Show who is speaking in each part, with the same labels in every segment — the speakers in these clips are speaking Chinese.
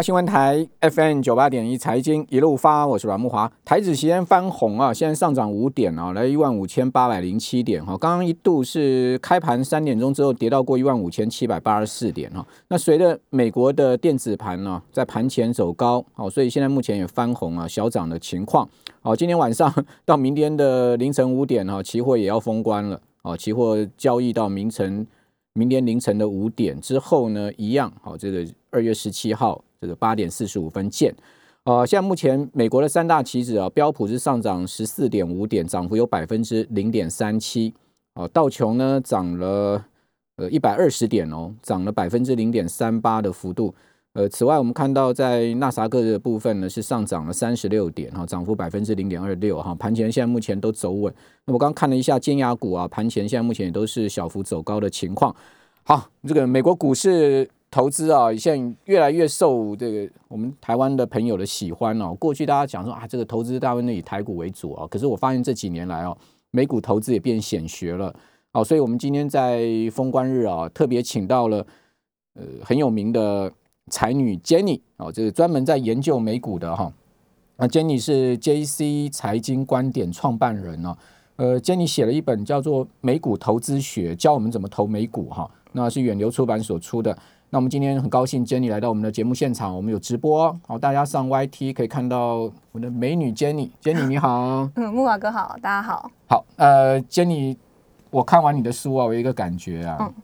Speaker 1: 啊新闻台 FM 九八点一财经一路发，我是阮木华。台指期间翻红啊，现在上涨五点啊，来一万五千八百零七点哈、刚刚一度是开盘三点钟之后跌到过一万五千七百八十四点哈、那随着美国的电子盘呢、在盘前走高，好、所以现在目前也翻红啊，小涨的情况。好、今天晚上到明天的凌晨五点哈、啊期货也要封关了。哦，期货交易到明晨明天凌晨的五点之后呢，一样好、这个二月十七号这个八点四十五分见。呃，现在目前美国的三大期指啊，标普是上涨十四点五点，涨幅有百分之零点三七。哦，道琼呢涨了呃一百二十点哦，涨了百分之零点三八的幅度。呃，此外，我们看到在纳萨克的部分呢是上涨了三十六点哈、涨幅百分之零点二六哈。盘前现在目前都走稳。那我刚刚看了一下尖牙股啊，盘前现在目前也都是小幅走高的情况。好，这个美国股市投资啊，现在越来越受这个我们台湾的朋友的喜欢哦。过去大家讲说啊，这个投资大部分都以台股为主啊，可是我发现这几年来哦，美股投资也变显学了。好、所以我们今天在封关日啊，特别请到了呃很有名的才女 Jenny 哦，这个专门在研究美股的哈、那 Jenny 是 JC 财经观点创办人哦。呃，Jenny 写了一本叫做《美股投资学》，教我们怎么投美股哈、那是远流出版所出的。那我们今天很高兴 Jenny 来到我们的节目现场，我们有直播哦，好，大家上 YT 可以看到我的美女 Jenny，Jenny 你好。
Speaker 2: 嗯，木华哥好，大家好。
Speaker 1: 好，呃，Jenny，我看完你的书啊，我有一个感觉啊，
Speaker 2: 嗯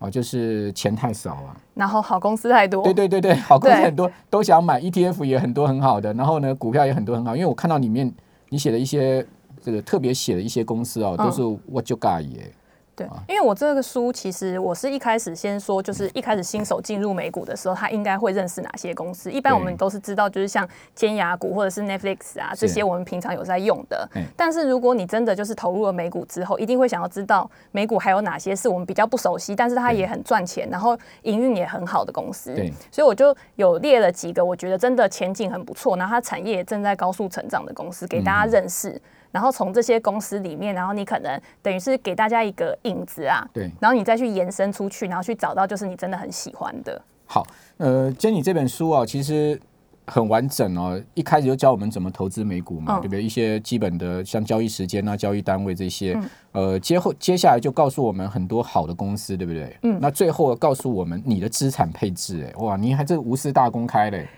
Speaker 1: 哦，就是钱太少啊。
Speaker 2: 然后好公司太多，
Speaker 1: 对对对对，好公司
Speaker 2: 对
Speaker 1: 很多都想买，ETF 也很多很好的，然后呢，股票也很多很好，因为我看到里面你写的一些这个特别写的一些公司哦，都
Speaker 2: 嗯
Speaker 1: 是我就嘎耶，
Speaker 2: 对
Speaker 1: 啊
Speaker 2: 因为我这个书其实我是一开始先说，就是
Speaker 1: 嗯
Speaker 2: 一开始新手进入美股的时候，他应该会认识哪些公司？一般
Speaker 1: 对
Speaker 2: 我们都是知道，就是像尖牙股或者是 Netflix 啊这些我们平常有在用的
Speaker 1: 嗯。
Speaker 2: 但是如果你真的就是投入了美股之后，一定会想要知道美股还有哪些是我们比较不熟悉，但是它
Speaker 1: 对
Speaker 2: 也很赚钱，然后营运也很好的公司。
Speaker 1: 对，
Speaker 2: 所以我就有列了几个我觉得真的前景很不错，然后它产业也正在高速成长的公司给大家
Speaker 1: 嗯
Speaker 2: 认识。然后从这些公司里面，然后你可能等于是给大家一个影子啊，
Speaker 1: 对
Speaker 2: 然后你再去延伸出去，然后去找到就是你真的很喜欢的。
Speaker 1: 好，呃，Jenny 这本书啊，其实很完整哦，一开始就教我们怎么投资美股嘛，
Speaker 2: 嗯
Speaker 1: 对不对？一些基本的像交易时间啊、交易单位这些，呃，接后接下来就告诉我们很多好的公司，对不对？嗯，那最后告诉我们你的资产配置，哎，哇，你还这无私大公开嘞，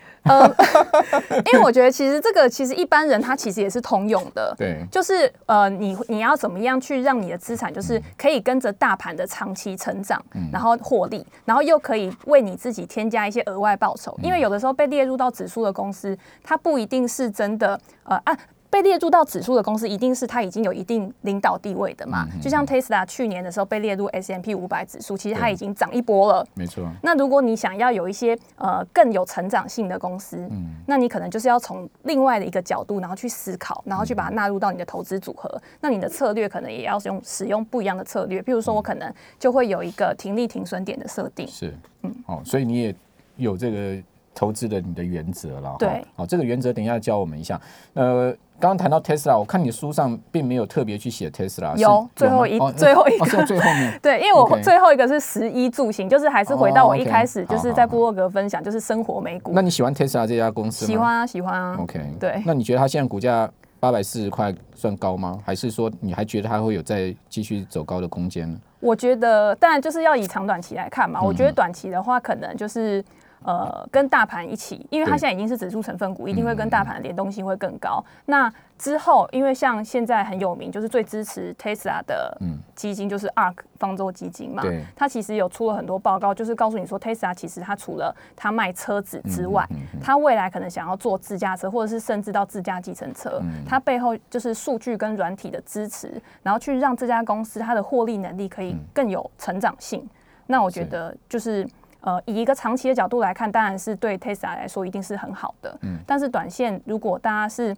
Speaker 2: 因为我觉得其实这个其实一般人他其实也是通用的，
Speaker 1: 对
Speaker 2: 就是呃，你你要怎么样去让你的资产就是可以跟着大盘的长期成长，然后获利，然后又可以为你自己添加一些额外报酬。因为有的时候被列入到指数的公司，它不一定是真的呃啊。被列入到指数的公司，一定是它已经有一定领导地位的嘛。就像 Tesla 去年的时候被列入 S M P 五百指数，其实它
Speaker 1: 对
Speaker 2: 已经涨一波了。
Speaker 1: 没错，
Speaker 2: 那如果你想要有一些呃更有成长性的公司，
Speaker 1: 嗯
Speaker 2: 那你可能就是要从另外的一个角度，然后去思考，然后去把它纳入到你的投资组合。那你的策略可能也要用使用不一样的策略，譬如说我可能就会有一个停利停损点的设定。
Speaker 1: 是，嗯，哦，所以你也有这个投资的你的原则了，哈
Speaker 2: 对
Speaker 1: 好、这个原则等一下教我们一下。呃，刚刚谈到 Tesla，我看你书上并没有特别去写 Tesla，是
Speaker 2: 有
Speaker 1: 吗
Speaker 2: 最后一
Speaker 1: 哦
Speaker 2: 最后一
Speaker 1: 哦
Speaker 2: 个
Speaker 1: 是在最后面
Speaker 2: 对，因为我
Speaker 1: OK
Speaker 2: 最后一个是十一住行，就是还是回到
Speaker 1: 哦
Speaker 2: 我一
Speaker 1: OK，
Speaker 2: 开始
Speaker 1: 好
Speaker 2: 就是
Speaker 1: 好
Speaker 2: 在
Speaker 1: 好
Speaker 2: 部落格分享，就是生活美股。
Speaker 1: 那你喜欢 Tesla 这家公司吗？
Speaker 2: 喜欢啊，喜欢啊。
Speaker 1: OK，
Speaker 2: 对
Speaker 1: 那你觉得它现在股价八百四十块算高吗？还是说你还觉得它会有再继续走高的空间呢？
Speaker 2: 我觉得，当然就是要以长短期来看嘛。
Speaker 1: 嗯
Speaker 2: 我觉得短期的话，可能就是呃跟大盘一起，因为它
Speaker 1: 对
Speaker 2: 现在已经是指数成分股，一定会跟大盘的联动性会更高。那之后，因为像现在很有名，就是最支持 Tesla 的基金就是 ARK 方舟基金嘛
Speaker 1: 嗯对，
Speaker 2: 它其实有出了很多报告，就是告诉你说 Tesla 其实它除了它卖车子之外，
Speaker 1: 嗯
Speaker 2: 它未来可能想要做自驾车，或者是甚至到自驾计程车，
Speaker 1: 嗯
Speaker 2: 它背后就是数据跟软体的支持，然后去让这家公司它的获利能力可
Speaker 1: 嗯
Speaker 2: 以更有成长性。那我觉得就是。呃，以一个长期的角度来看，当然是对 Tesla 来说一定是很好的。但是短线如果大家是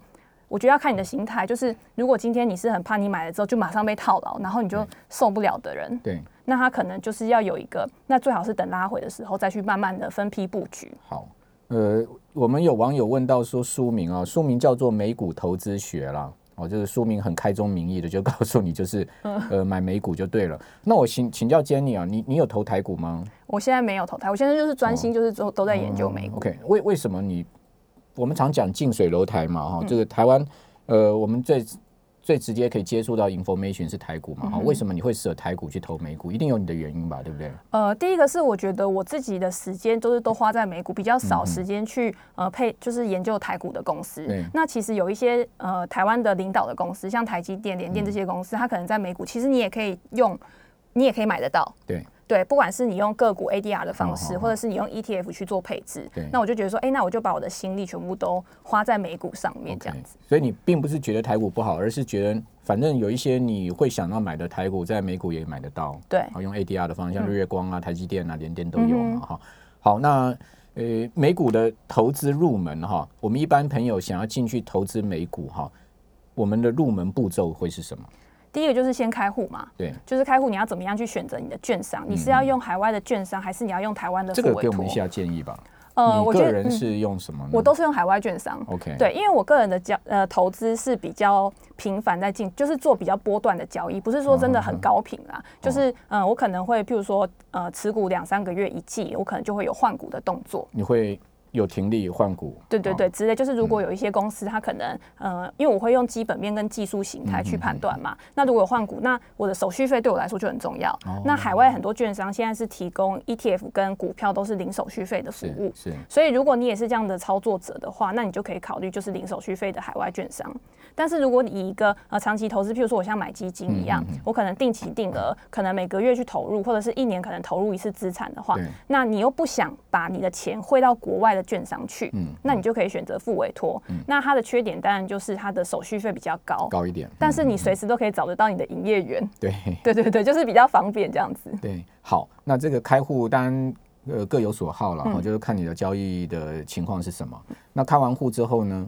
Speaker 2: 我觉得要看你的心态，就是如果今天你是很怕你买了之后就马上被套牢，然后你就受不了的人，
Speaker 1: 对，
Speaker 2: 那他可能就是要有一个，那最好是等拉回的时候再去慢慢的分批布局。
Speaker 1: 好，呃，我们有网友问到说书名啊，书名叫做《美股投资学》啦。哦，就是书名很开宗明义的就告诉你，就是呃买美股就对了。那我请请教 Jenny 啊，你你有投台股吗？
Speaker 2: 我现在没有投胎，我现在就是专心，就是都都在研究美股。
Speaker 1: OK，为为什么你我们常讲近水楼台嘛哈，这个台湾呃我们最最直接可以接触到 information 是台股嘛哈，为什么你会舍台股去投美股？一定有你的原因吧，对不对？
Speaker 2: 呃，第一个是我觉得我自己的时间都是都花在美股，比
Speaker 1: 嗯
Speaker 2: 较少时间去呃配就是研究台股的公司
Speaker 1: 对。
Speaker 2: 那其实有一些呃台湾的领导的公司，像台积电、联
Speaker 1: 嗯
Speaker 2: 电这些公司，它可能在美股，其实你也可以用，你也可以买得到。
Speaker 1: 对，
Speaker 2: 对，不管是你用个股 ADR 的方
Speaker 1: 嗯
Speaker 2: 式，
Speaker 1: 好
Speaker 2: 或者是你用 ETF 去做配置
Speaker 1: 对，
Speaker 2: 那我就觉得说，哎、那我就把我的心力全部都花在美股上面，这样
Speaker 1: OK，
Speaker 2: 子。
Speaker 1: 所以你并不是觉得台股不好，而是觉得反正有一些你会想要买的台股，在美股也买得到。
Speaker 2: 对嗯
Speaker 1: 好用 ADR 的方向，像日月光啊、台积电啊、联电都有嘛哈。好，那呃美股的投资入门哈，我们一般朋友想要进去投资美股哈，我们的入门步骤会是什么？
Speaker 2: 第一个就是先开户嘛，
Speaker 1: 对，
Speaker 2: 就是开户你要怎么样去选择你的券商？你是要用海外的券商，还是你要用台湾的
Speaker 1: 嗯这
Speaker 2: 付
Speaker 1: 个
Speaker 2: 委
Speaker 1: 给我们
Speaker 2: 托
Speaker 1: 一？下建议吧。
Speaker 2: 呃
Speaker 1: 你
Speaker 2: 我觉
Speaker 1: 个
Speaker 2: 得
Speaker 1: 人
Speaker 2: 嗯
Speaker 1: 是用什么呢？
Speaker 2: 我都是用海外券商。
Speaker 1: OK。
Speaker 2: 对，因为我个人的交呃投资是比较频繁在进，就是做比较波段的交易，不是说真
Speaker 1: 嗯
Speaker 2: 的很高频啦，就是
Speaker 1: 哦
Speaker 2: 嗯、呃我可能会譬如说呃持股两三个月一季，我可能就会有换股的动作。
Speaker 1: 你会有停利换股？
Speaker 2: 对对
Speaker 1: 好
Speaker 2: 对，之类就是
Speaker 1: 嗯
Speaker 2: 如果有一些公司，它可能呃，因为我会用基本面跟技术形态
Speaker 1: 嗯
Speaker 2: 去判断嘛。那如果有换股，那我的手续费对我来说就很重要。
Speaker 1: 哦
Speaker 2: 那海外很多券商现在是提供 ETF 跟股票都是零手续费的服务
Speaker 1: 是，是。
Speaker 2: 所以如果你也是这样的操作者的话，那你就可以考虑就是零手续费的海外券商。但是如果你以一个呃长期投资，譬如说我像买基金一样，我可能定期定额，可能每个月去投入，或者是一年可能投入一次资产的话
Speaker 1: 对，
Speaker 2: 那你又不想把你的钱汇到国外的券商去，那你就可以选择付委托。那它的缺点当然就是它的手续费比较高，
Speaker 1: 高一点。
Speaker 2: 但是你随时都可以找得到你的营业员。
Speaker 1: 对。
Speaker 2: 对对对，就是比较方便这样子。
Speaker 1: 对，好，那这个开户当然呃各有所好了
Speaker 2: 嗯
Speaker 1: 哈，就是看你的交易的情况是什么。那开完户之后呢？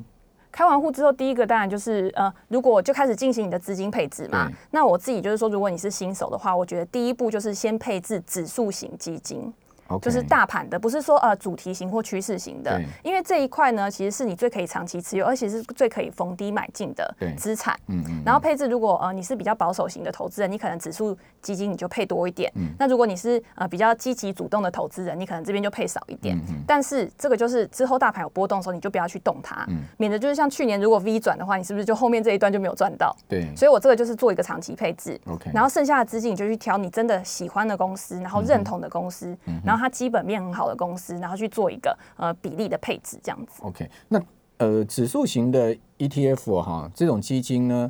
Speaker 2: 开完户之后，第一个当然就是呃，如果就开始进行你的资金配置嘛
Speaker 1: 对。
Speaker 2: 那我自己就是说，如果你是新手的话，我觉得第一步就是先配置指数型基金。
Speaker 1: o
Speaker 2: 就是大盘的，不是说呃主题型或趋势型的
Speaker 1: 对，
Speaker 2: 因为这一块呢，其实是你最可以长期持有，而且是最可以逢低买进的
Speaker 1: 对
Speaker 2: 资产。
Speaker 1: 嗯嗯，
Speaker 2: 然后配置，如果呃你是比较保守型的投资人，你可能指数基金你就配多一点。那如果你是呃比较积极主动的投资人，你可能这边就配少一点。但是这个就是之后大盘有波动的时候，你就不要去动它，免得就是像去年如果 V 转的话，你是不是就后面这一段就没有赚到？
Speaker 1: 对
Speaker 2: 所以我这个就是做一个长期配置
Speaker 1: OK
Speaker 2: 然后剩下的资金你就去挑你真的喜欢的公司，然后认同的公司，然后它基本面很好的公司，然后去做一个呃比例的配置这样子。
Speaker 1: ，OK，那呃指数型的 ETF 哦哈，这种基金呢，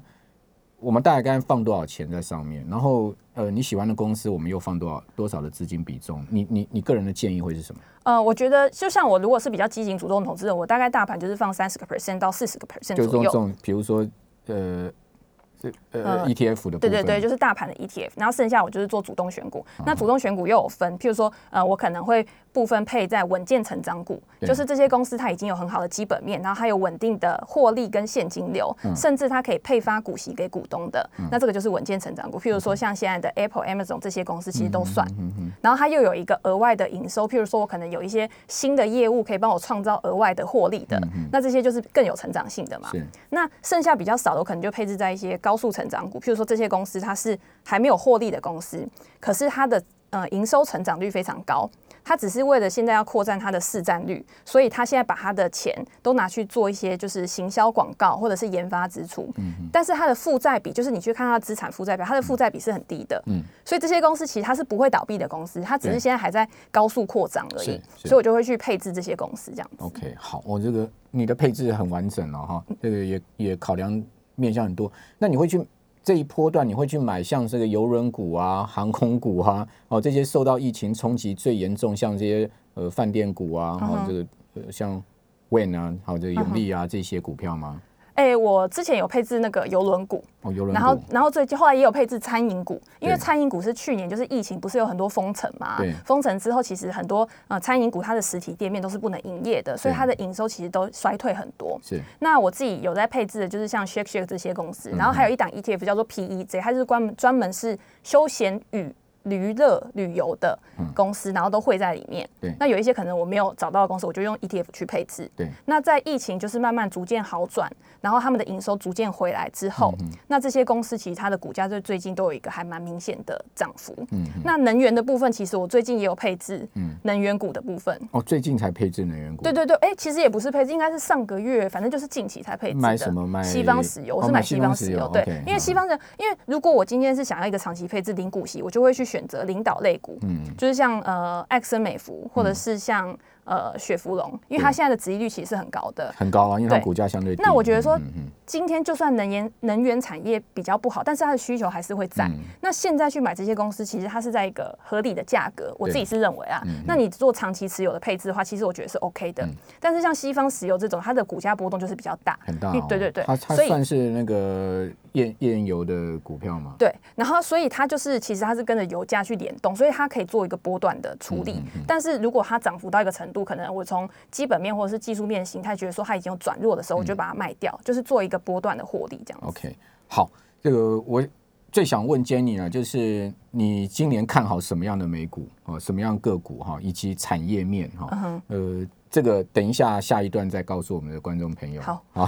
Speaker 1: 我们大概该放多少钱在上面？然后呃你喜欢的公司，我们又放多少多少的资金比重？你你你个人的建议会是什么？
Speaker 2: 呃，我觉得就像我如果是比较积极主动投资人，我大概大盘就是放三十个 percent 到四十个 percent
Speaker 1: 就是
Speaker 2: 嗯
Speaker 1: 说
Speaker 2: 左
Speaker 1: 这
Speaker 2: 右。
Speaker 1: 种，比如说呃。这呃
Speaker 2: 呃
Speaker 1: ，ETF 的部分，
Speaker 2: 对对对，就是大盘的 ETF，然后剩下我就是做主动选股。
Speaker 1: 啊
Speaker 2: 那主动选股又有分，譬如说，呃，我可能会部分配在稳健成长股，
Speaker 1: 对
Speaker 2: 就是这些公司它已经有很好的基本面，然后它有稳定的获利跟现金流，
Speaker 1: 嗯
Speaker 2: 甚至它可以配发股息给股东的。那这个就是稳健成长股，譬如
Speaker 1: 嗯
Speaker 2: 说像现在的 Apple、Amazon 这些公司其实都算。然后它又有一个额外的营收，譬如说我可能有一些新的业务可以帮我创造额外的获利
Speaker 1: 嗯
Speaker 2: 的，那这些就是更有成长性的嘛。
Speaker 1: 是
Speaker 2: 那剩下比较少的，我可能就配置在一些高速成长股，譬如说这些公司它是还没有获利的公司，可是它的呃营收成长率非常高，它只是为了现在要扩展它的市占率，所以它现在把它的钱都拿去做一些就是行销广告或者是研发支出，
Speaker 1: 嗯
Speaker 2: 但是它的负债比，就是你去看它的资产负债表，它的负债比是很低的，所以这些公司其实它是不会倒闭的公司，它只
Speaker 1: 嗯对
Speaker 2: 是现在还在高速扩张而
Speaker 1: 是
Speaker 2: 已，
Speaker 1: 是
Speaker 2: 所以我就会去配置这些公司这样子。
Speaker 1: OK，好，我、这个你的配置很完整了、哈，
Speaker 2: 嗯
Speaker 1: 这个也也考量面向很多。那你会去这一波段，你会去买像这个游轮股啊、航空股啊，哦这些受到疫情冲击最严重，像这些呃饭店股啊，
Speaker 2: 嗯
Speaker 1: 然后、这个、呃、像 Win 啊，还有这个永利啊、这些股票吗？
Speaker 2: 哎、我之前有配置那个游轮股，
Speaker 1: 哦，游轮
Speaker 2: 然后
Speaker 1: 股，
Speaker 2: 然后最近后来也有配置餐饮股，因为
Speaker 1: 对
Speaker 2: 餐饮股是去年就是疫情不是有很多封城嘛
Speaker 1: 对，
Speaker 2: 封城之后其实很多呃餐饮股它的实体店面都是不能营业的，所以
Speaker 1: 对
Speaker 2: 它的营收其实都衰退很多。
Speaker 1: 是
Speaker 2: 那我自己有在配置的就是像 Shake
Speaker 1: 嗯
Speaker 2: E Shake 这些公司，然后还有一档 ETF 叫做 PEZ，它就是专门专门是休闲与。娱乐旅游的公司，然后都汇在里面。
Speaker 1: 嗯对
Speaker 2: 那有一些可能我没有找到的公司，我就用 ETF 去配置。
Speaker 1: 对，
Speaker 2: 那在疫情就是慢慢逐渐好转，然后他们的营收逐渐回来之后，
Speaker 1: 嗯
Speaker 2: 那这些公司其实它的股价在最近都有一个还蛮明显的涨幅。
Speaker 1: 嗯
Speaker 2: 那能源的部分，其实我最近也有配置能源股的部分。
Speaker 1: 哦，最近才配置能源股，
Speaker 2: 对对对，哎、其实也不是配置，应该是上个月，反正就是近期才配置的。
Speaker 1: 买什么买
Speaker 2: 西方石油，我
Speaker 1: 哦
Speaker 2: 是
Speaker 1: 买
Speaker 2: 买
Speaker 1: 西
Speaker 2: 西
Speaker 1: 方
Speaker 2: 方
Speaker 1: 石
Speaker 2: 石
Speaker 1: 油
Speaker 2: 油。对
Speaker 1: OK，，
Speaker 2: 因为西方人，因为如果我今天是想要一个长期配置零股息，我就会去选择领导类股，
Speaker 1: 嗯
Speaker 2: 就是像呃埃克森美孚，或者是像呃雪佛龙，因为它
Speaker 1: 对
Speaker 2: 现在的值利率其实是很高的。
Speaker 1: 很高啊，因为它
Speaker 2: 对
Speaker 1: 股价相对低。
Speaker 2: 那我觉得说
Speaker 1: 嗯嗯嗯，
Speaker 2: 今天就算能源能源产业比较不好，但是它的需求还是会在。
Speaker 1: 嗯
Speaker 2: 那现在去买这些公司，其实它是在一个合理的价格，我
Speaker 1: 对嗯
Speaker 2: 自己是认为啊。那你做长期持有的配置的话，其实我觉得是 OK 的。但是像西方石油这种，它的股价波动就是比较大，
Speaker 1: 很大
Speaker 2: 因
Speaker 1: 哦
Speaker 2: 为，对对对，
Speaker 1: 它它
Speaker 2: 所以
Speaker 1: 算是那个页页油的股票嘛，
Speaker 2: 对，然后所以它就是其实它是跟着油价去联动，所以它可以做一个波段的处
Speaker 1: 嗯
Speaker 2: 理。但是如果它涨幅到一个程度，可能我从基本面或者是技术面形态觉得说它已经有转弱的时候，我就把它卖掉，就是做一个波段的获利这样子。
Speaker 1: 嗯 OK，好，这个我最想问 Jenny 啊，就是你今年看好什么样的美股哦，什么样个股哈、以及产业面哈、呃，这个等一下下一段再告诉我们的观众朋友。
Speaker 2: 好，
Speaker 1: 好，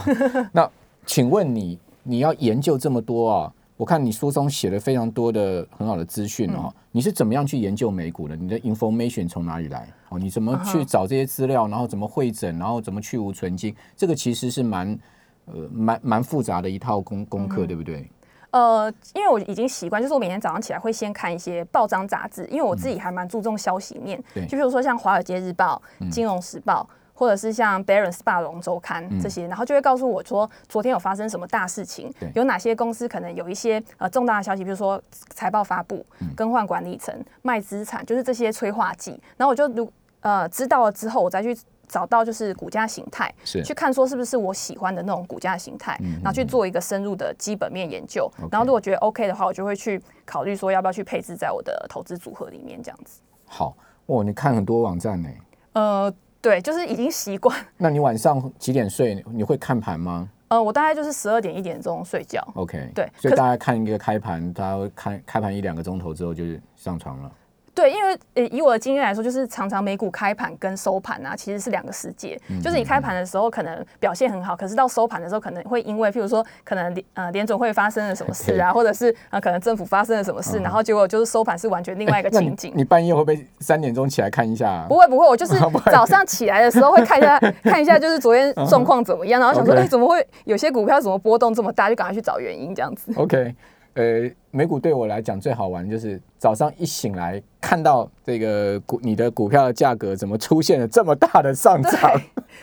Speaker 1: 那请问你，你要研究这么多啊？我看你书中写了非常多的很好的资讯哦，你是怎么样去研究美股的？你的 information 从哪里来？哦，你怎么去找这些资料，然后怎么会诊，然后怎么去无存金？这个其实是蛮呃，蛮蛮复杂的一套功功课，对不对？
Speaker 2: 呃，因为我已经习惯，就是我每天早上起来会先看一些报章杂志，因为我自己还蛮注重消息面，
Speaker 1: 对嗯
Speaker 2: 就比如说像《华尔街日报》金融时报》。或者是像《Barron's 霸龙周刊》
Speaker 1: 嗯
Speaker 2: 这些，然后就会告诉我说，昨天有发生什么大事情
Speaker 1: 对，
Speaker 2: 有哪些公司可能有一些呃重大的消息，比如说财报发布、
Speaker 1: 嗯
Speaker 2: 更换管理层、卖资产，就是这些催化剂。然后我就如呃知道了之后，我再去找到就是股价形态，
Speaker 1: 是
Speaker 2: 去看说是不是我喜欢的那种股价形态，
Speaker 1: 嗯
Speaker 2: 然后去做一个深入的基本面研究。然后如果觉得 OK 的话，我就会去考虑说要不要去配置在我的投资组合里面这样子。
Speaker 1: 好，哦，你看很多网站呢。
Speaker 2: 呃，对，就是已经习惯。
Speaker 1: 那你晚上几点睡？你会看盘吗
Speaker 2: 呃，我大概就是十二点一点钟睡觉。
Speaker 1: ？OK，
Speaker 2: 对
Speaker 1: 所以
Speaker 2: 可是
Speaker 1: 大家看一个开盘，大家会看开盘一两个钟头之后就是上床了。
Speaker 2: 对，因为呃，以我的经验来说，就是常常美股开盘跟收盘啊，其实是两个世界。
Speaker 1: 嗯
Speaker 2: 就是你开盘的时候可能表现很好，可是到收盘的时候，可能会因为譬如说，可能联呃联总会发生了什么事啊，或者是呃可能政府发生了什么事，然后结果就是收盘是完全另外一个
Speaker 1: 嗯哎那你
Speaker 2: 情景。
Speaker 1: 你半夜会不会三点钟起来看一下啊？
Speaker 2: 不会不会，我就是
Speaker 1: 不会
Speaker 2: 早上起来的时候会看 一下看一下，就是昨天状况怎么样，然后想说，
Speaker 1: OK
Speaker 2: 哎、怎么会有些股票怎么波动这么大，就赶快去找原因这样 子。
Speaker 1: OK，呃，美股对我来讲最好玩就是早上一醒来看到这个股你的股票的价格怎么出现了这么大的上涨，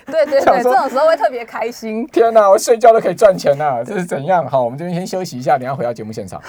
Speaker 2: 对对
Speaker 1: 想
Speaker 2: 对，
Speaker 1: 说
Speaker 2: 这种时候会特别开心。
Speaker 1: 天哪、我睡觉都可以赚钱啊！这是怎样？好，我们这边先休息一下，等一下回到节目现场。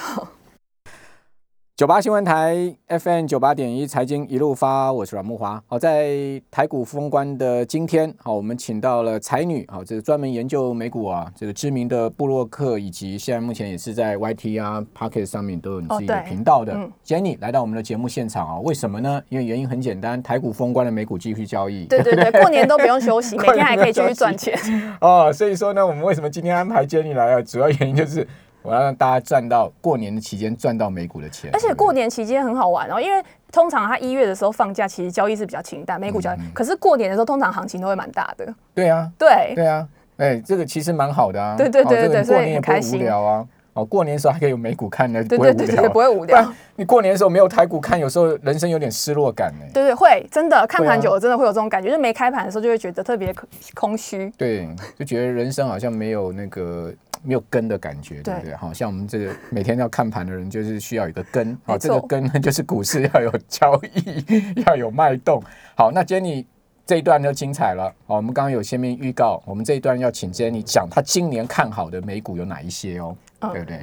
Speaker 1: 九八新闻台 FM 九八点一财经一路发，我是阮木华。好，在台股封关的今天，好，我们请到了才女，好，这个专门研究美股啊，这个知名的布洛克，以及现在目前也是在 YT 啊、Pocket 上面都有你自己的
Speaker 2: 哦对
Speaker 1: 频道的、
Speaker 2: 嗯
Speaker 1: Jenny 来到我们的节目现场啊，为什么呢？因为原因很简单，台股封关了，美股继续交易。
Speaker 2: 对对 对，过年都不用休息，每
Speaker 1: 过年
Speaker 2: 天还可以继
Speaker 1: 都
Speaker 2: 续
Speaker 1: 休息
Speaker 2: 赚钱。
Speaker 1: 哦，所以说呢，我们为什么今天安排 Jenny 来啊？主要原因就是我要让大家赚到过年的期间赚到美股的钱，
Speaker 2: 而且过年期间很好玩哦，因为通常它一月的时候放假，其实交易是比较清淡，美股交易。
Speaker 1: 嗯
Speaker 2: 可是过年的时候，通常行情都会蛮大的。
Speaker 1: 对啊，
Speaker 2: 对，
Speaker 1: 对啊，哎，这个其实蛮好的啊，
Speaker 2: 对对对
Speaker 1: 哦这个
Speaker 2: 对
Speaker 1: 你
Speaker 2: 所以
Speaker 1: 过年也
Speaker 2: 很
Speaker 1: 不会
Speaker 2: 开
Speaker 1: 无
Speaker 2: 心
Speaker 1: 聊啊。哦，过年的时候还可以有美股看呢，不
Speaker 2: 对
Speaker 1: 会
Speaker 2: 对
Speaker 1: 无
Speaker 2: 对对
Speaker 1: 聊
Speaker 2: 对，
Speaker 1: 啊。
Speaker 2: 不会无
Speaker 1: 不然
Speaker 2: 聊。
Speaker 1: 你过年的时候没有台股看，有时候人生有点失落感呢。
Speaker 2: 对对会，真的看
Speaker 1: 对啊
Speaker 2: 盘久了，真的会有这种感觉，就是没开盘的时候就会觉得特别空空虚。
Speaker 1: 对，就觉得人生好像没有那个没有根的感觉，对不对？好像我们这个每天要看盘的人，就是需要一个根，好，
Speaker 2: 没
Speaker 1: 这个
Speaker 2: 错
Speaker 1: 根呢就是股市要有交易， 要有脉动。好，那 Jenny 这一段就精彩了。好，我们刚刚有前面预告，我们这一段要请 Jenny 讲她今年看好的美股有哪一些哦，
Speaker 2: 嗯
Speaker 1: 对不对？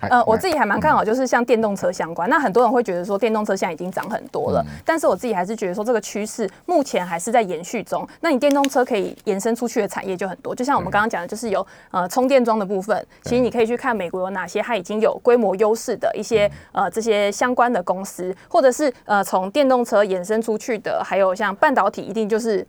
Speaker 2: 呃，我自
Speaker 1: 己
Speaker 2: 己还蛮看好，就是像电动车相关。那很多人会觉得说电动车现在已经涨很多了，但是我自己还是觉得说这个趋势目前还是在延续中。那你电动车可以延伸出去的产业就很多，就像我们刚刚讲的，就是有呃充电桩的部分，其实你可以去看美国有哪些它已经有规模优势的一些呃这些相关的公司，或者是呃从电动车延伸出去的，还有像半导体，一定就是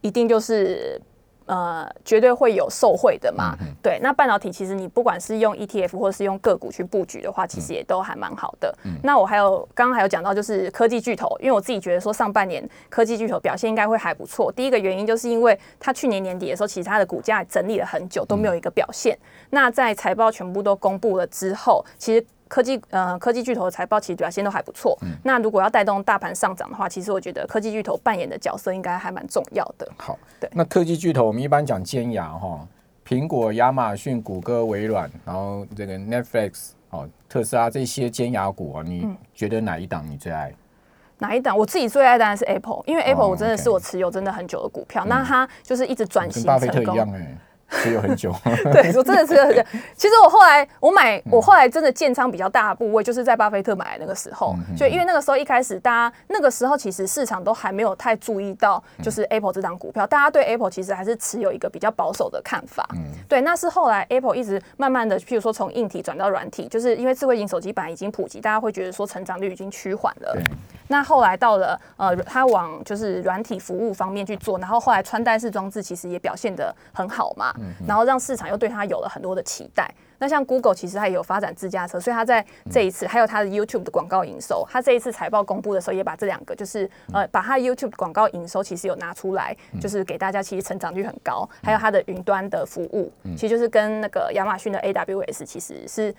Speaker 2: 一定就是。呃，绝对会有受惠的嘛。
Speaker 1: 嗯哼
Speaker 2: 对，那半导体其实你不管是用 ETF 或者是用个股去布局的
Speaker 1: 嗯
Speaker 2: 话，其实也都还蛮好的。那我还有刚刚还有讲到就是科技巨头，因为我自己觉得说上半年科技巨头表现应该会还不错。第一个原因就是因为它去年年底的时候，其实它的股价整理了很久都没有一个表现。
Speaker 1: 嗯
Speaker 2: 那在财报全部都公布了之后，其实。科技呃，科技巨头的财报其实表现都还不错。
Speaker 1: 嗯
Speaker 2: 那如果要带动大盘上涨的话，其实我觉得科技巨头扮演的角色应该还蛮重要的。
Speaker 1: 好，
Speaker 2: 对
Speaker 1: 那科技巨头我们一般讲尖牙哈，苹果、亚马逊、谷歌、微软，然后这个 Netflix 哦，特斯拉这些尖牙股啊，
Speaker 2: 嗯
Speaker 1: 你觉得哪一档你最爱？
Speaker 2: 哪一档？我自己最爱当然是 Apple，因为 Apple
Speaker 1: 哦
Speaker 2: 我真的
Speaker 1: OK 嗯
Speaker 2: 是我持有真的很久的股票，那它就是一直转
Speaker 1: 跟
Speaker 2: 型
Speaker 1: 巴菲特
Speaker 2: 成
Speaker 1: 一样
Speaker 2: 功。
Speaker 1: 哎、持有很 久。
Speaker 2: 对，我真的是很久。其实我后来我买，我后来真的建仓比较大的部位，就是在巴菲特买的那个时候，就因为那个时候一开始大家那个时候其实市场都还没有太注意到，就是 Apple 这档股票，大家对 Apple 其实还是持有一个比较保守的看法。对，那是后来 Apple 一直慢慢的，譬如说从硬体转到软体，就是因为智慧型手机版已经普及，大家会觉得说成长率已经趋缓了
Speaker 1: 对。
Speaker 2: 那后来到了呃，它往就是软体服务方面去做，然后后来穿戴式装置其实也表现得很好嘛，然后让市场又对它有了很多的期待。那像 Google 其实它也有发展自驾车，所以它在这一次还有它的 YouTube 的广告营收，它这一次财报公布的时候也把这两个就是呃把它 YouTube 广告营收其实有拿出来，就是给大家其实成长率很高，还有它的云端的服务，其实就是跟那个亚马逊的 AWS 其实是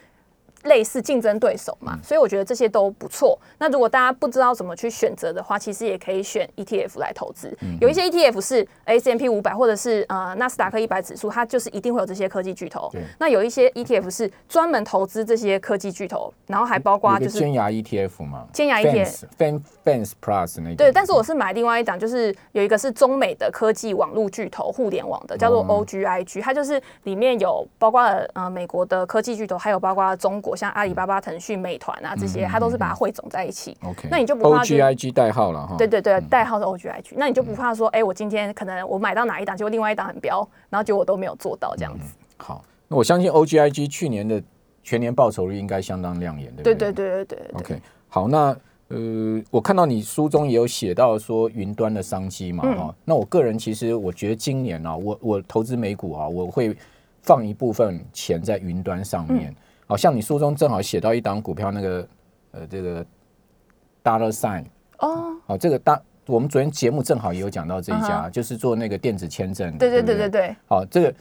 Speaker 2: 类似竞争对手
Speaker 1: 嗯
Speaker 2: 嘛，所以我觉得这些都不错。那如果大家不知道怎么去选择的话，其实也可以选 ETF 来投资。
Speaker 1: 嗯
Speaker 2: 有一些 ETF 是 S M P 五百或者是呃纳斯达克一百指数，它就是一定会有这些科技巨头
Speaker 1: 对。
Speaker 2: 那有一些 ETF 是专门投资这些科技巨头，然后还包括
Speaker 1: 有
Speaker 2: 就
Speaker 1: 个
Speaker 2: 是
Speaker 1: 尖牙 ETF 嘛，
Speaker 2: 尖牙 ETF
Speaker 1: Fans Fans Plus 那个。
Speaker 2: 对，但是我是买另外一档，就是有一个是中美的科技网络巨头互联网的，叫做 OGIG，、它就是里面有包括了呃美国的科技巨头，还有包括中国像阿里巴巴、腾讯、美团啊这些，它都是把它汇总在一起。
Speaker 1: OK，
Speaker 2: 那你就不怕就是
Speaker 1: OGIG 代号了哈。
Speaker 2: 对对对，代号是 OGIG，那你就不怕说，哎、我今天可能我买到哪一档，结果另外一档很标，然后结果我都没有做到这样子。
Speaker 1: 好，那我相信 OGIG 去年的全年报酬率应该相当亮眼，对不对？
Speaker 2: 对对对对对对
Speaker 1: OK，好，那呃，我看到你书中也有写到说云端的商机嘛，哈、
Speaker 2: 嗯
Speaker 1: 那我个人其实我觉得今年啊，我我投资美股啊，我会放一部分钱在云端上
Speaker 2: 嗯
Speaker 1: 面。好、像你书中正好写到一档股票，那个呃，这个 Dollar Sign，
Speaker 2: 哦，
Speaker 1: 好、这个大，我们昨天节目正好也有讲到这一家，就是做那个电子签证的，
Speaker 2: 啊对对
Speaker 1: 不
Speaker 2: 对对对。
Speaker 1: 好，这个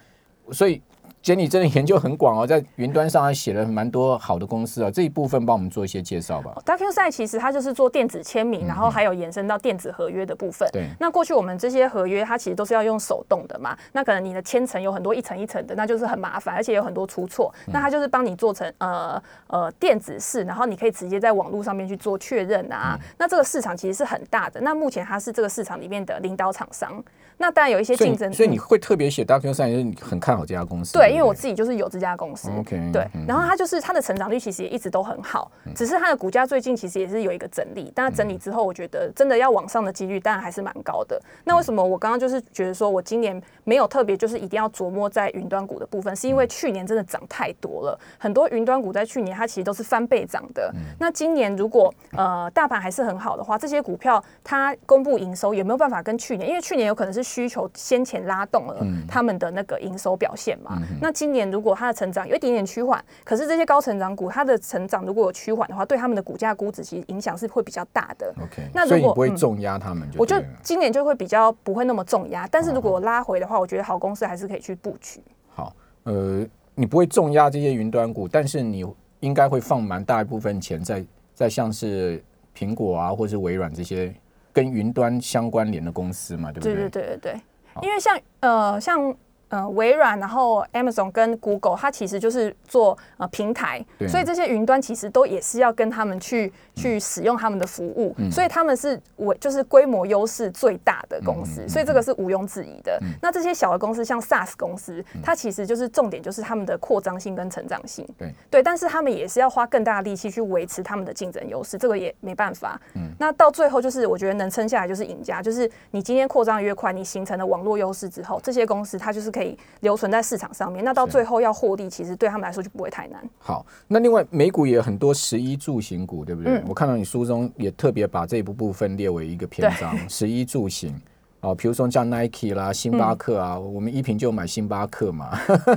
Speaker 1: 所以 Jenny 真的研究很广哦，在云端上还写了蛮多好的公司啊、哦，这一部分帮我们做一些介绍吧。
Speaker 2: DocuSign 其实它就是做电子签名，然后还有延伸到电子合约的部分。
Speaker 1: 对
Speaker 2: 那过去我们这些合约，它其实都是要用手动的嘛。那可能你的签层有很多一层一层的，那就是很麻烦，而且有很多出错。
Speaker 1: 嗯
Speaker 2: 那它就是帮你做成呃呃电子式，然后你可以直接在网络上面去做确认啊。
Speaker 1: 嗯
Speaker 2: 那这个市场其实是很大的。那目前它是这个市场里面的领导厂商。那当然有一些
Speaker 1: 所以
Speaker 2: 竞
Speaker 1: 你，
Speaker 2: 争，
Speaker 1: 所以你会特别写 DocuSign，就是你很看好这家公司。
Speaker 2: 对，因为
Speaker 1: 不
Speaker 2: 我自己就是有这家公司。
Speaker 1: OK，嗯
Speaker 2: 对，然后它就是它的成长率其实也一直都很好，只是它的股价最近其实也是有一个整理，但它整理之后，我觉得真的要往上的几率当然还是蛮高的。
Speaker 1: 嗯
Speaker 2: 那为什么我刚刚就是觉得说我今年没有特别就是一定要琢磨在云端股的部分，是因为去年真的涨太多了，很多云端股在去年它其实都是翻倍涨的。那今年如果呃大盘还是很好的话，这些股票它公布营收有没有办法跟去年？因为去年有可能是需求先前拉动了他们的那个营收表现嘛。那今年如果它的成长有一点点趋缓，可是这些高成长股它的成长如果有趋缓的话，对他们的股价估值其实影响是会比较大的。
Speaker 1: OK，
Speaker 2: 那如
Speaker 1: 所以你
Speaker 2: 果
Speaker 1: 不会
Speaker 2: 嗯
Speaker 1: 重压他们就
Speaker 2: 我
Speaker 1: 对啊
Speaker 2: 就
Speaker 1: 了。
Speaker 2: 今年就会比较不会那么重压，但是如果我拉回的话，我觉得好公司还是可以去布局。
Speaker 1: 好，呃，你不会重压这些云端股，但是你应该会放蛮大一部分钱在在像是苹果啊，或是微软这些跟云端相关联的公司嘛，对不
Speaker 2: 对
Speaker 1: 对？
Speaker 2: 对对对对，因为像呃像呃微软，然后 Amazon 跟 Google，它其实就是做呃平台
Speaker 1: 对，嗯
Speaker 2: 所以这些云端其实都也是要跟他们去去使用他们的服务，所以他们是我就是规模优势最大的公
Speaker 1: 嗯
Speaker 2: 司，所以这个是毋庸置疑的。那这些小的公司，像 SaaS 公司，
Speaker 1: 嗯
Speaker 2: 它其实就是重点就是他们的扩张性跟成长性。
Speaker 1: 对
Speaker 2: 对，但是他们也是要花更大的力气去维持他们的竞争优势，这个也没办法。
Speaker 1: 嗯
Speaker 2: 那到最后就是我觉得能撑下来就是赢家，就是你今天扩张得越快，你形成了网络优势之后，这些公司它就是可以留存在市场上面。那到最后要获利，其实对他们来说就不会太难。
Speaker 1: 好，那另外美股也有很多十一住行股，
Speaker 2: 嗯
Speaker 1: 对不对？我看到你书中也特别把这一部部分列为一个篇章，十一住行。哦，比如说像 Nike 啦、星巴克啊，我们一瓶就买星巴克嘛，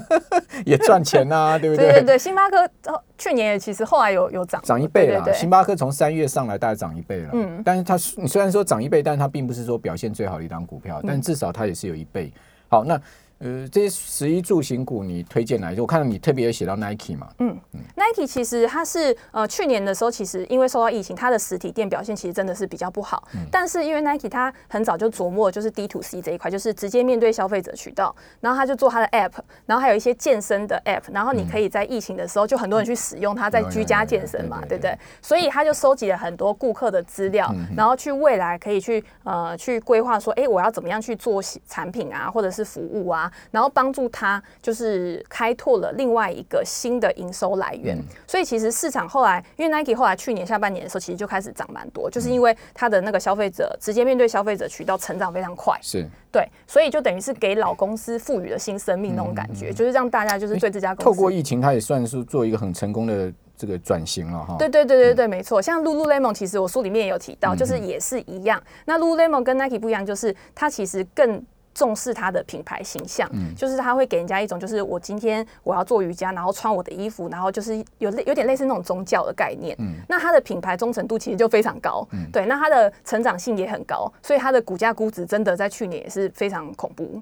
Speaker 1: 也赚钱啊，对不
Speaker 2: 对对对，星巴克哦去年也其实后来有有涨
Speaker 1: 涨一倍
Speaker 2: 对
Speaker 1: 啦，
Speaker 2: 对对
Speaker 1: 星巴克从三月上来大概涨一倍了。嗯，但是它你虽然说涨一倍，但它并不是说表现最好的一档股
Speaker 2: 嗯
Speaker 1: 票，但至少它也是有一倍。好，那呃这些十一住行股你推荐哪一些？我看到你特别写到 Nike 嘛，
Speaker 2: 嗯 Nike 其实它是呃去年的时候，其实因为受到疫情，它的实体店表现其实真的是比较不好。
Speaker 1: 嗯
Speaker 2: 但是因为 Nike 它很早就琢磨就是 D to C 这一块，就是直接面对消费者渠道，然后它就做它的 App，然后还有一些健身的 App，然后你可以在疫情的时候就很多人去使用它，在
Speaker 1: 嗯有有
Speaker 2: 居
Speaker 1: 有
Speaker 2: 家
Speaker 1: 有
Speaker 2: 健身嘛，
Speaker 1: 对对
Speaker 2: 对不对？所以他就收集了很多顾客的资料，
Speaker 1: 嗯
Speaker 2: 然后去未来可以去呃去规划说，哎，我要怎么样去做产品啊，或者是服务啊，然后帮助他就是开拓了另外一个新的营收来
Speaker 1: 嗯
Speaker 2: 源。所以其实市场后来，因为 Nike 后来去年下半年的时候，其实就开始涨蛮多，就是因为它的那个消费者直接面对消费者渠道成长非常快，
Speaker 1: 是
Speaker 2: 对，所以就等于是给老公司赋予了新生命那种感觉，就是让大家就是对这家公
Speaker 1: 嗯
Speaker 2: 司
Speaker 1: 透过疫情，它也算是做一个很成功的这个转型了哈。
Speaker 2: 对对对对对，没错。像 Lululemon，其实我书里面也有提到，就是也是一样。那 Lululemon 跟 Nike 不一样，就是它其实更。重视它的品牌形象，就是它会给人家一种，就是我今天我要做瑜伽，然后穿我的衣服，然后就是有类有点类似那种宗教的概念。那它的品牌忠诚度其实就非常高，对，那它的成长性也很高，所以它的股价估值真的在去年也是非常恐怖。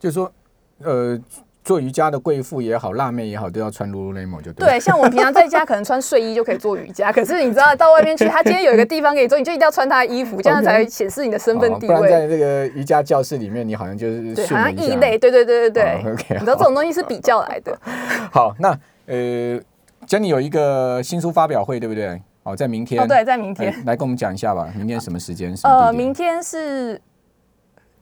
Speaker 1: 就是说，呃，做瑜伽的贵妇也好，辣妹也好，都要穿 Lululemon 就对了。
Speaker 2: 对，像我们平常在家可能穿睡衣就可以做瑜伽，可是你知道到外面去，他今天有一个地方给你做，你就一定要穿他的衣服，这样
Speaker 1: OK
Speaker 2: 才会显示你的身份
Speaker 1: 哦
Speaker 2: 地
Speaker 1: 不然
Speaker 2: 位。
Speaker 1: 在这个瑜伽教室里面，你好像就是
Speaker 2: 对，
Speaker 1: 训
Speaker 2: 好像
Speaker 1: 了一
Speaker 2: 异
Speaker 1: 下
Speaker 2: 类，对对对对对。
Speaker 1: 哦，OK，
Speaker 2: 你知道这种东西是比较来的，
Speaker 1: 好，那呃，珍妮有一个新书发表会，对不对？哦，在明天。
Speaker 2: 哦对在明天
Speaker 1: 哎来跟我们讲一下吧，明天什么时间？什么
Speaker 2: 呃，
Speaker 1: 地点
Speaker 2: 明天是。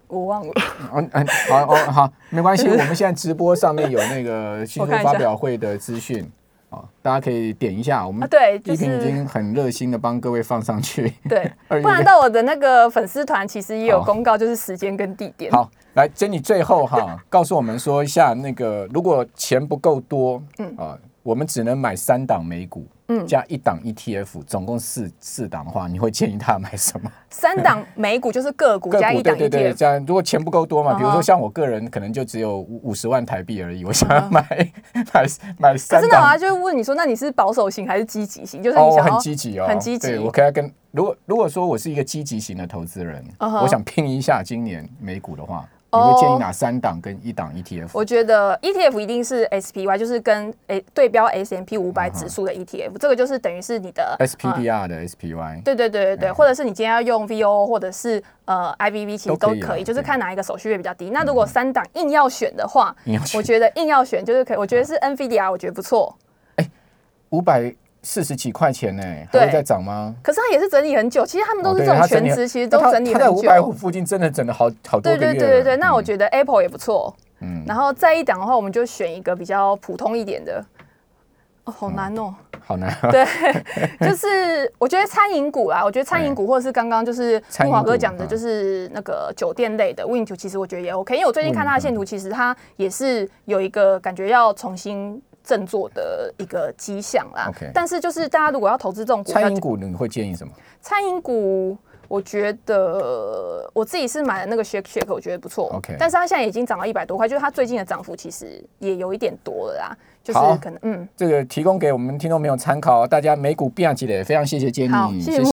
Speaker 2: 我忘了，
Speaker 1: 哦，哎好哦，好，没关系。我们现在直播上面有那 个新
Speaker 2: 我
Speaker 1: 书
Speaker 2: 看一
Speaker 1: 发
Speaker 2: 下
Speaker 1: 表会的资讯，哦，大家可以点一下。我们
Speaker 2: 啊对就
Speaker 1: 一平已
Speaker 2: 是
Speaker 1: 经很热心的帮各位放上去。，
Speaker 2: 对
Speaker 1: 二月
Speaker 2: 不然到我的那个粉丝团其实也有
Speaker 1: 好
Speaker 2: 公告，就是时间跟地点。
Speaker 1: 好，来珍妮最后哈，告诉我们说一下那个，如果钱不够多，嗯啊，我们只能买三档美股，嗯，加一档 ETF，总共四四档的话，你会建议他买什么？
Speaker 2: 三档美股就是个股
Speaker 1: 个
Speaker 2: 加
Speaker 1: 股
Speaker 2: 一
Speaker 1: 对
Speaker 2: 档
Speaker 1: 对
Speaker 2: ，E
Speaker 1: 对，
Speaker 2: ETF，
Speaker 1: 这样如果钱不够多嘛，比如说
Speaker 2: 嗯哼嗯
Speaker 1: 像我个人可能就只有五五十万台币而已，我想要买 买买
Speaker 2: 可
Speaker 1: 三
Speaker 2: 是呢，
Speaker 1: 档
Speaker 2: 哦他，就会问你说，那你是保守型还是积极型？就是
Speaker 1: 哦，
Speaker 2: 你
Speaker 1: 我
Speaker 2: 想要
Speaker 1: 很积极哦，
Speaker 2: 很积极
Speaker 1: 对我可以跟如果如果说我是一个积极型的投资人，
Speaker 2: 嗯哼哦
Speaker 1: 我想拼一下今年美股的话，你会建议哪三档跟一档 E ETF？
Speaker 2: 我觉得 ETF 一定是 SPY，就是跟诶对标 S M P 五
Speaker 1: 嗯
Speaker 2: 百指数的 ETF，、这个就是等于是你的呃
Speaker 1: SPDR 的 SPY，
Speaker 2: 对对对对
Speaker 1: 嗯
Speaker 2: 对，或者是你今天要用 VO 或者是呃 IVV，其
Speaker 1: 都
Speaker 2: 实都
Speaker 1: 可
Speaker 2: 可
Speaker 1: 以
Speaker 2: 以，
Speaker 1: 啊
Speaker 2: 就是
Speaker 1: 对嗯
Speaker 2: 看哪一个手续费比较低。那如果三档硬要选的话，
Speaker 1: 硬要选嗯
Speaker 2: 我觉得硬要选就是可以，我觉得是 NVDR，我觉得不错。
Speaker 1: 五百四十几块钱呢、
Speaker 2: 对
Speaker 1: 还会再涨吗？
Speaker 2: 可是它也是整理很久，其实他们
Speaker 1: 哦
Speaker 2: 都是
Speaker 1: 对
Speaker 2: 这种
Speaker 1: 它整
Speaker 2: 全
Speaker 1: 理
Speaker 2: 职，其实都
Speaker 1: 它
Speaker 2: 整理
Speaker 1: 它
Speaker 2: 很
Speaker 1: 在
Speaker 2: 久。
Speaker 1: 五百五附近，真的整了好好多
Speaker 2: 对
Speaker 1: 个月
Speaker 2: 对
Speaker 1: 了。
Speaker 2: 对对对，那我
Speaker 1: 嗯
Speaker 2: 觉得 Apple 也不错。然后再一档的话，我们就选一个比较普通一点的。哦，好
Speaker 1: 嗯
Speaker 2: 难哦。
Speaker 1: 好难。啊
Speaker 2: 就是我觉得餐饮股啦，我觉得餐饮股或者是刚刚就是
Speaker 1: 餐饮
Speaker 2: 木
Speaker 1: 股
Speaker 2: 华哥讲的，
Speaker 1: 嗯
Speaker 2: 就是那个酒店类的 Win 图，其实我觉得也 OK，因为我最近看它的线图，
Speaker 1: 嗯
Speaker 2: 其实它也是有一个感觉要重新振作的一个迹象啦
Speaker 1: OK。
Speaker 2: 但是就是大家如果要投资这种股票
Speaker 1: 餐，饮股你会建议什么？
Speaker 2: 餐饮股。我觉得我自己是买了那个 Shake Shake，我觉得不错。
Speaker 1: OK
Speaker 2: 但是它现在已经涨到一百多块，就是它最近的涨幅其实也有一点多了啦，就是
Speaker 1: 好
Speaker 2: 可能嗯，
Speaker 1: 哦啊这个提供给我们听众朋友参考，大家美股变几嘞？非常谢谢 Jenny，
Speaker 2: 好，谢谢